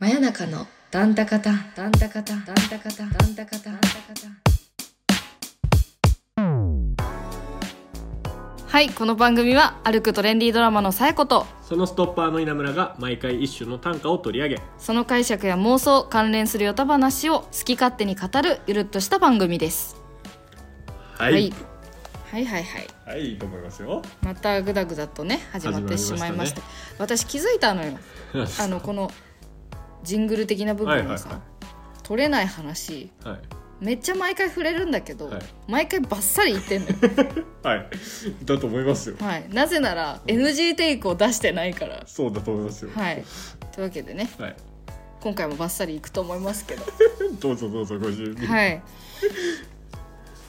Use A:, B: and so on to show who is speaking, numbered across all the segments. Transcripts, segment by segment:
A: 真夜中のダンタカタンダンタカタンダンタカタンダンタカタンダンタカタン
B: はいこの番組は歩くトレンディードラマのさやこと
C: そのストッパーの稲村が毎回一種の短歌を取り上げ
B: その解釈や妄想関連するヨタ話を好き勝手に語るゆるっとした番組です、
C: は
B: はいはいはい
C: はい、いいと思いますよ
B: またグダグダとね始まってしまいました私気づいたの よあのこのジングル的な部分のさ、
C: はいは
B: 取れない話
C: はい
B: めっちゃ毎回触れるんだけど、
C: はい
B: 毎回バッサリ言ってん だよ、
C: はいだと思いますよ
B: はい、なぜなら NG テイクを出してないから
C: そうだと思いますよ
B: はいというわけでね
C: はい、
B: 今回もバッサリいくと思いますけど
C: どうぞどうぞご自由に
B: はい。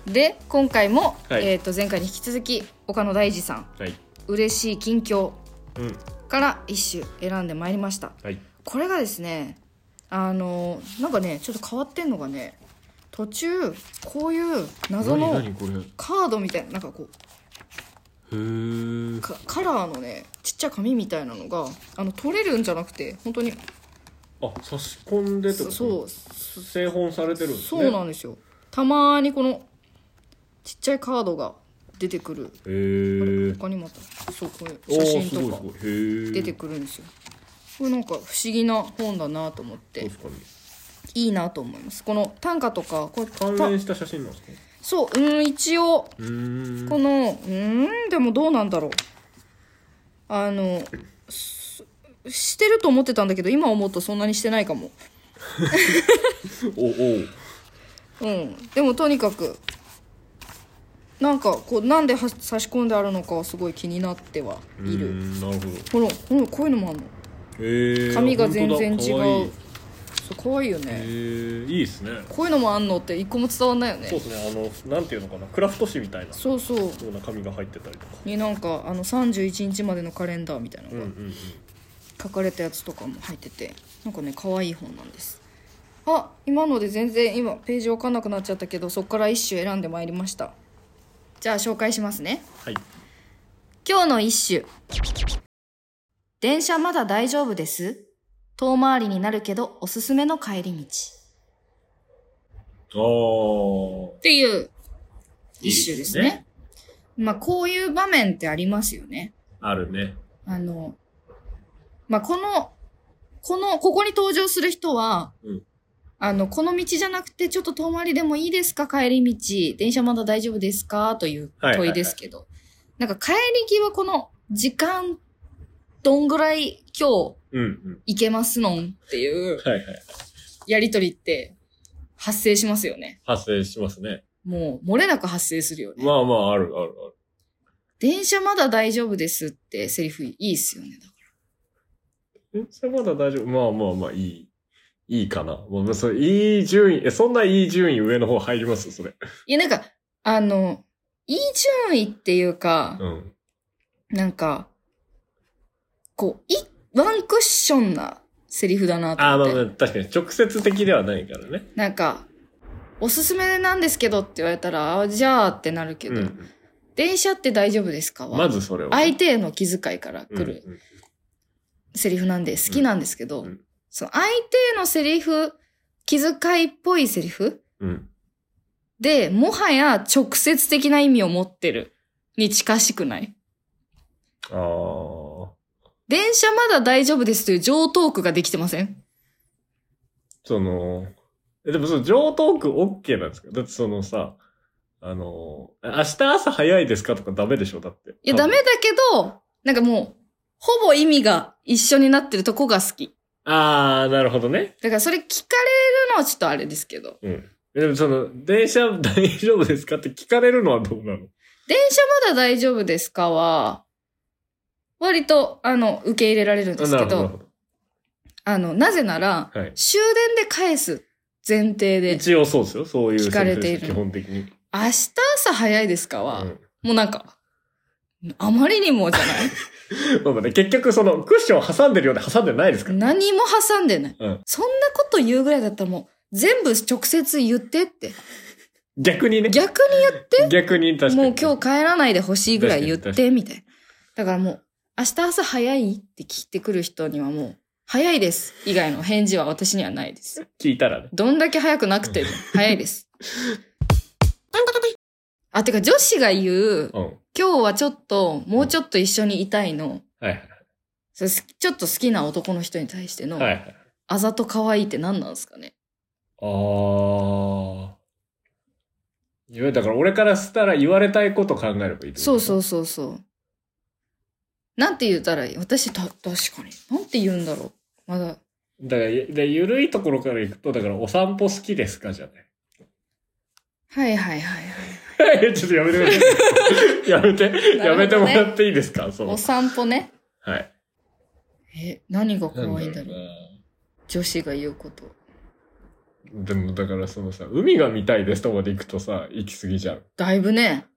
B: で今回も、
C: はい
B: えっ、と前回に引き続き岡野大二さん
C: はい
B: 嬉しい近況
C: うん
B: から一首選んでまいりました。
C: はい
B: これがですね、あのなんかねちょっと変わってんのがね、途中こういう謎の
C: 何何これへ
B: カードみたいななんかこう
C: ー
B: かカラーのねちっちゃい紙みたいなのがあの取れるんじゃなくて本当に
C: あ差し込んでってこと
B: そう
C: 製本されてるんです
B: そ
C: ね
B: うなんですよ。たまにこのちっちゃいカードが出てくる
C: へー
B: 他にもあったそうこう
C: お
B: い
C: ー
B: う
C: す
B: 写真とか
C: ごいすごいへえ
B: 出てくるんですよこれなんか不思議な本だなと思って
C: 確かに
B: いいなと思いますこの短歌とかこれ
C: 関
B: た
C: 連した写真なんですか
B: そううん一応
C: うーん
B: このうんでもどうなんだろうあのすしてると思ってたんだけど今思うとそんなにしてないかも
C: おおう
B: うんでもとにかくなんかこうなんでは差し込んであるのかはすごい気になっては
C: う
B: い
C: ー
B: る
C: んなるほ
B: ほ
C: ど
B: らほらこういうのもあるの
C: へえ
B: 髪が全然違う
C: かわいい
B: そう可愛いよね、
C: へえいいですね
B: こういうのもあんのって一個も伝わんないよね
C: そうですねあのなんていうのかなクラフト紙みたいなよ
B: そうそう
C: うな紙が入ってたりとか
B: になんかあの31日までのカレンダーみたいな
C: うん
B: の
C: う
B: が
C: んうん
B: 書かれたやつとかも入っててなんかね可愛い本なんですあ今ので全然今ページ分かんなくなっちゃったけどそっから一首選んでまいりましたじゃあ紹介しますね
C: はい
B: 今日の一首電車まだ大丈夫です遠回りになるけどおすすめの帰り道
C: ああ
B: っていう一種ですね。まあこういう場面ってありますよね。
C: あるね
B: あの、まあこの、この、ここに登場する人は、
C: うん
B: あの、この道じゃなくてちょっと遠回りでもいいですか帰り道。電車まだ大丈夫ですかという
C: はいはいは
B: 問
C: い
B: いですけど。なんか帰り際この時間、どんぐらい今日
C: うんうん
B: 行けますのんっていう
C: はいはい
B: やりとりって発生しますよね。
C: 発生しますね
B: もう漏れなく発生するよね。
C: まあまああるあるある
B: 電車まだ大丈夫ですってセリフいいっすよね。
C: 電車まだ大丈夫まあまあまあいいいいかな。まあまあ、それ、いい順位、え、そんないい順位上の方入りますそれ。
B: いや、なんか、あの、いい順位っていうか
C: う、ん。
B: なんか、こう、い、ワンクッションなセリフだなと
C: ああ、ま
B: 思って。
C: あまあ、確かに直接的ではないからね。
B: なんか、おすすめなんですけどって言われたら、あじゃあってなるけ
C: う
B: ど、
C: ん。
B: 電車って大丈夫ですかは、
C: まずそれを。
B: 相手への気遣いから来る
C: うんうん
B: セリフなんで好きなんですけど、
C: うんうん
B: その相手へのセリフ、気遣いっぽいセリフ
C: うん。
B: で、もはや直接的な意味を持ってるに近しくない
C: ああ。
B: 電車まだ大丈夫ですという上トークができてません
C: その、えでもその上トーク OK なんですかだってそのさ、あの、あ明日朝早いですかとかダメでしょだって。
B: いや、ダメだけど、なんかもう、ほぼ意味が一緒になってるとこが好き。
C: ああ、なるほどね。
B: だからそれ聞かれるのはちょっとあれですけど。
C: うん。でもその、電車大丈夫ですかって聞かれるのはどうな
B: 電
C: の
B: 車まだ大丈夫ですかは、割と、あの、受け入れられるんで
C: あ
B: す
C: な
B: け
C: るほどなる
B: ど、
C: ほ
B: あの、なぜなら、
C: ど。はい。
B: 終電で返す前提で、
C: 一応そうですよ。そういう
B: 聞かれている
C: セリフです基本的に。
B: 明日朝早いですかは、
C: うん
B: もうなんか、あまりにもじゃない
C: まあまあね結局その、クッション挟んでるようで挟んでないですから。
B: 何も挟んでない。
C: うん
B: そんなこと言うぐらいだったらもう、全部直接言ってって。
C: 逆にね。
B: 逆に言って、
C: 逆に確かに。
B: もう今日帰らないでほしいぐらい言っ
C: 確
B: て、みたいな。だからもう、明日朝早いって聞いてくる人にはもう、早いです。以外の返事は私にはないです。
C: 聞いたらね。
B: どんだけ早くなくても、早いです。 あ、てか女子が言う、
C: うん。はい
B: 今日はちょっと、もうちょっと一緒にいたいの、
C: はい。
B: それすちょっと好きな男の人に対しての、
C: はいはい。
B: あざと可愛いって何なんですかね。
C: ああ。いや、だから俺からしたら言われたいこと考えればいいってこと
B: そうそうそうそう。なんて言ったらいい私、た、確かに。なんて言うんだろうまだ。
C: だから、で、ゆるいところから行くと、だから、お散歩好きですかじ ゃない。
B: はいはいはい
C: えちょっとやめてください。やめて、
B: なるほどね
C: やめてもらっていいですかそ
B: はい。お
C: の。
B: 散歩ね。
C: はい。
B: え、何が可
C: なん
B: 愛いん
C: だ
B: だ
C: ろ
B: ろ
C: う
B: う女子が言うこと。
C: な。でも、だから、そのさ、海が見たいですとまで行くとさ、行き過ぎじゃん。
B: だいぶね、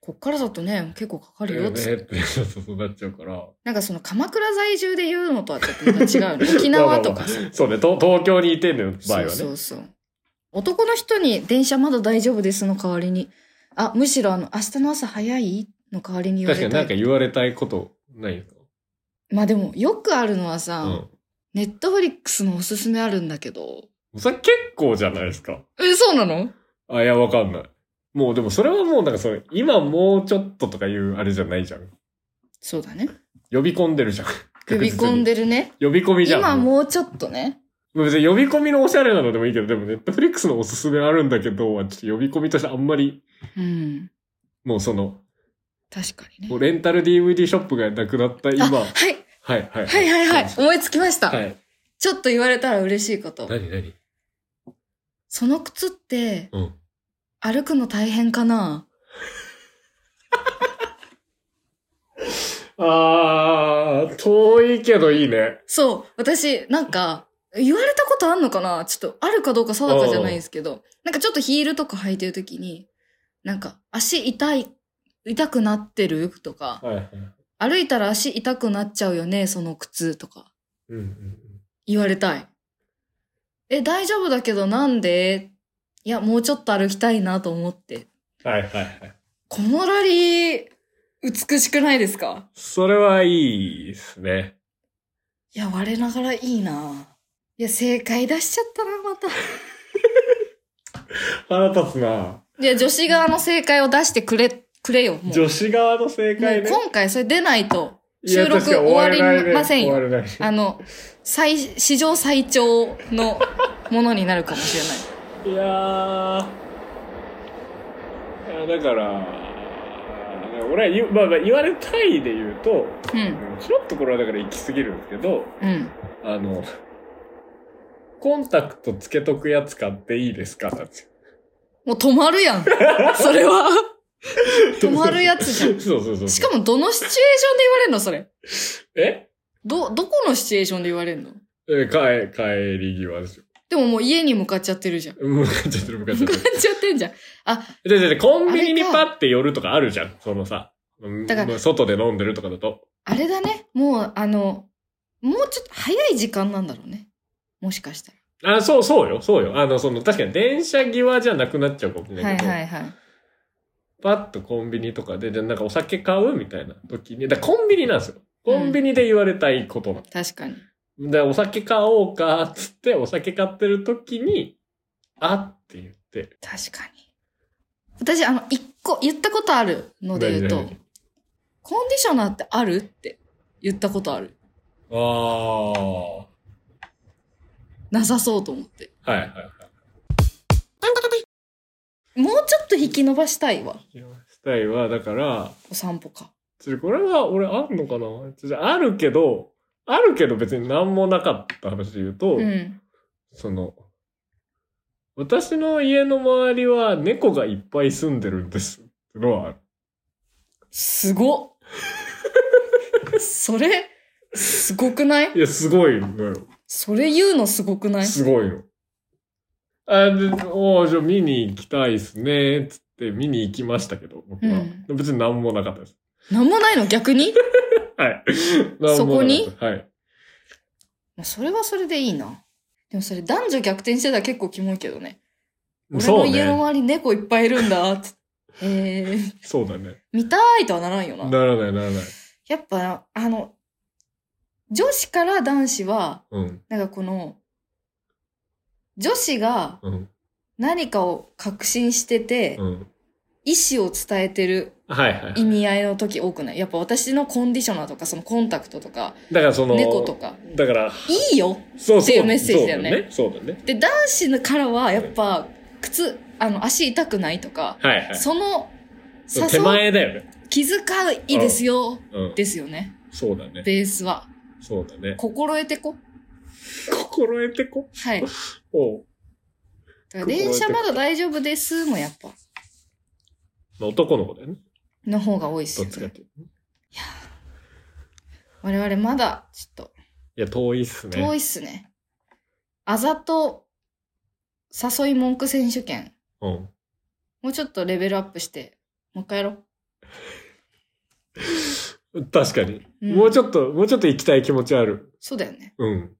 B: こっからだとね、結構かか
C: あ
B: るよっ
C: ね
B: つって
C: って、そうそうなっちゃうから。
B: なんかその鎌倉在住で言うのとはちょっ とまた違うの。沖縄とかさ。
C: そうね、と東京にいてんのよ、場合はね。
B: そうそうそう。男の人に電車まだ大丈夫ですの代わりに、あ、むしろあの、明日の朝早いの代わりに言わ
C: 確
B: れ
C: か
B: た
C: に
B: い。
C: なんか言われたいことないですか
B: まあでも、よくあるのは
C: う
B: さ、
C: ん。
B: ネットフリックスのおすすめあるんだけど。
C: それ結構じゃないですか。
B: え、そうなの
C: あ、いや、わかんない。もう、でもそれはもう、なんかそれ、今もうちょっととかいうあれじゃないじゃん。
B: そうだね。
C: 呼び込んでるじゃん。
B: 呼び込んでるね。
C: 呼び込みじゃん。
B: 今もうちょっとね。
C: う。別に呼び込みのおしゃれなのでもいいけど、でもネットフリックスのおすすめあるんだけど、はちょっと呼び込みとしてあんまり、
B: うん。
C: もうその、
B: 確かに
C: も
B: ね。
C: うレンタル DVD ショップがなくなった今。
B: あ、
C: は、
B: はいい。
C: はい、はい。
B: はいはいはい。思いつきました。
C: はい。
B: ちょっと言われたら嬉しいこと。
C: 何何
B: その靴って、
C: うん。
B: 歩くの大変かな
C: あー、遠いけどいいね。
B: そう。私、なんか、言われたことあんのかなちょっと、あるかどうか定かじゃないんですけど、なんかちょっとヒールとか履いてるときに、なんか、足痛い、痛くなってるとか、
C: はいはい。
B: 歩いたら足痛くなっちゃうよね、その靴とか、
C: うんうん
B: 言われたい。え、大丈夫だけどなんでいや、もうちょっと歩きたいなと思って。
C: うん。はいはいはい。
B: このラリー、美しくないですか
C: それはいいですね。
B: いや、我ながらいいないや、正解出しちゃったな、また。
C: 腹立つない
B: や、女子側の正解を出してくれ、くれよ。もう
C: 女子側の正
B: もう
C: 解ね。
B: 今回それ出ないと、
C: いや
B: 収録
C: 確かに
B: 終わり
C: れないね
B: ませんよ
C: 終われない。
B: あの、最、史上最長のものになるかもしれない。
C: いやーいやだから俺は言,、まあ、まあ言われたいで言うとちょっとこれはだから行き過ぎるんですけど
B: うん、うん。
C: あのコンタクトつけとくやつ買っていいですかなんですよ
B: もう止まる やん。それは。止まるやつじゃん
C: そうそうそう
B: しか
C: も
B: もどのシチュエーションで言われんのそれ。
C: え
B: ど、どこのシチュエーションで言われんの
C: え帰帰り際ですよ
B: でももう家に向かっちゃってるじゃん。
C: 向かっちゃってる向かっち
B: 向
C: ゃって
B: か
C: る
B: っちゃってんじゃん。あ、
C: でででコンビニに
B: あれ
C: パ
B: か
C: ッて寄るとかあるじゃんそのさうん
B: だから
C: まあ外で飲んでるとかだと
B: あれだね。もう、あの、もうちょっと早い時間なんだろうね。もしかしたら。
C: あそうそうよそうよあのその確かに電車際じゃなくなっちゃうかもしれな
B: はいい
C: けど、
B: はいはい。
C: パッとコンビニとかで、で、なんかお酒買うみたいな時に、だからコンビニなんですよ。コンビニで言われたいことなの。
B: 確かに。
C: で、お酒買おうか、っつって、お酒買ってる時に、あって言って。
B: 確かに。私、あの、一個言ったことあるので言うと、
C: 何
B: コンディショナーってあるって言ったことある。
C: 々あ
B: なさそうと思って。
C: あ。はいは
B: もうちょっと引き伸ばしたいわ。
C: い。したいは、だから、
B: お散歩か。
C: それこれは俺あんのかなちょあるけど、あるけど別に何もなかった話で言うと、
B: うん。
C: その、私の家の周りは猫がいっぱい住んでるんです。ってのはある。
B: すご っそれ、すごくない
C: いや、すごいのよ。
B: それ言うのすごくない
C: すごいの。あで、おーじゃあ見に行きたいっすね、つって見に行きましたけど、僕は。
B: うん
C: 別に何もなかったです。
B: なんもないの逆に
C: はい。何
B: そ
C: もなかった
B: こに
C: はい。
B: まあそれはそれでいいな。でもそれ男女逆転してたら結構キモいけどね。俺
C: そ
B: の
C: う
B: 家の
C: ね。
B: 周り猫いっぱいいるんだって。えー、
C: そうだね。
B: 見たいとはならんよな。
C: ならないならない。
B: やっぱ、あの、女子から男子は、
C: うん。
B: なんかこの、女子が
C: うん。
B: 何かを確信してて、
C: うん。
B: 意思を伝えてる
C: はいはいは
B: 意
C: い。
B: 味合いの時多くないやっぱ私のコンディショナーとか、そのコンタクトとか、
C: だからその、
B: 猫とか。
C: だから、
B: いいよ
C: そうそう。
B: っていうメッセージだよね
C: そうだね。そうだね。
B: で、男子からはやっぱ、靴、あの、足痛くないとか、
C: はいはい。
B: その、
C: そう手
B: 誘う、
C: 前だよね。
B: 気遣いですよ、
C: うん。
B: ですよね。
C: そうだね。
B: ベースは。
C: そうだね。
B: 心得てこ。
C: 心得てこ。
B: はい。だか
C: おう
B: ら電車まだ大丈夫ですもやっぱ、
C: まあ男の子だよね。
B: の方が多いです
C: どっ
B: よ
C: ちかっ
B: ね。
C: ていうと。
B: 我々まだ、ちょっと、
C: いや、遠いっすね。
B: 遠いっすね。あざと、誘い文句選手権。
C: うん。
B: もうちょっとレベルアップして、もう一回やろう。
C: 確かに、
B: うん
C: もうちょっと、もうちょっと行きたい気持ちある。
B: そうだよね。
C: うん。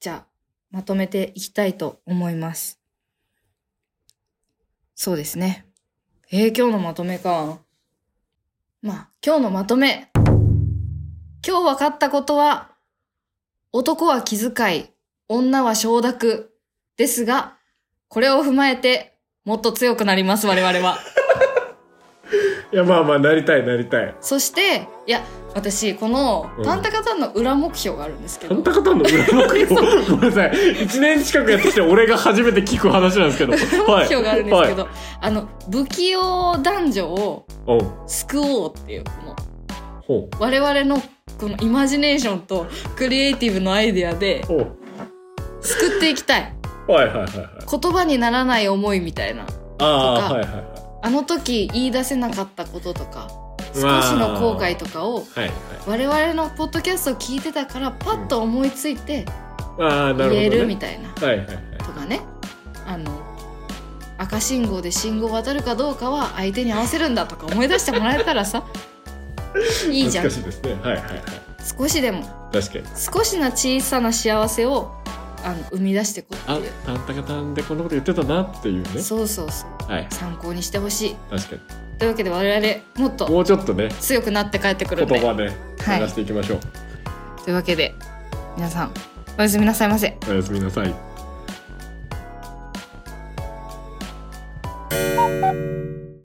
B: じゃあ、まとめていきたいと思います。そうですね。えー、今日のまとめか。まあ、今日のまとめ。今日分かったことは、男は気遣い、女は承諾。ですが、これを踏まえて、もっと強くなります、我々は。
C: いや、まあまあ、なりたい、なりたい。
B: そして、いや、私、この
C: う、ん
B: タンタカタンの裏目標があるんですけ
C: あ
B: ど
C: ん。た方の裏目標、 ごめんなさい。1年近くやってきて、俺が初めて聞く話なんです けど。は
B: 目標があるんですけ
C: はい
B: ど、あの、不器用男女を、
C: うん。
B: 救おうっていうこの
C: ほう。
B: 我々のこのイマジネーションとクリエイティブのアイデアで
C: ほ。
B: 救っていきたいう
C: はいはいはいはい。
B: 言葉にならない思いみたいな
C: ああ、
B: とか
C: はいはいは
B: あの時言い出せなかったこととか少し
C: わあ
B: の後悔とかを
C: い。はいはい。
B: 我々のポッドキャストを聞いてたからパッと思いついて言
C: ああ、なるほど、ね。
B: えるみたいな
C: はいはいはい。
B: とかねあの赤信号で信号渡るかどうかは相手に合わせるんだとか思い出してもらえたらさいいじゃん
C: 難しいですね。はいはいはい。
B: 少しでも
C: 確かに。
B: 少しな小さな幸せをあの生み出していこう
C: あ
B: ってい、
C: あんた方でこんなこと言ってたなっていうね。
B: うそうそうそう
C: はい。
B: 参考にしてほしい
C: 確かに。
B: というわけで我々もっと
C: もうちょっとね、
B: 強くなって帰ってくる
C: 言
B: んで
C: 葉で
B: はい
C: 流していきましょう。
B: というわけで皆さんおやすみなさいませ
C: おやすみなさい。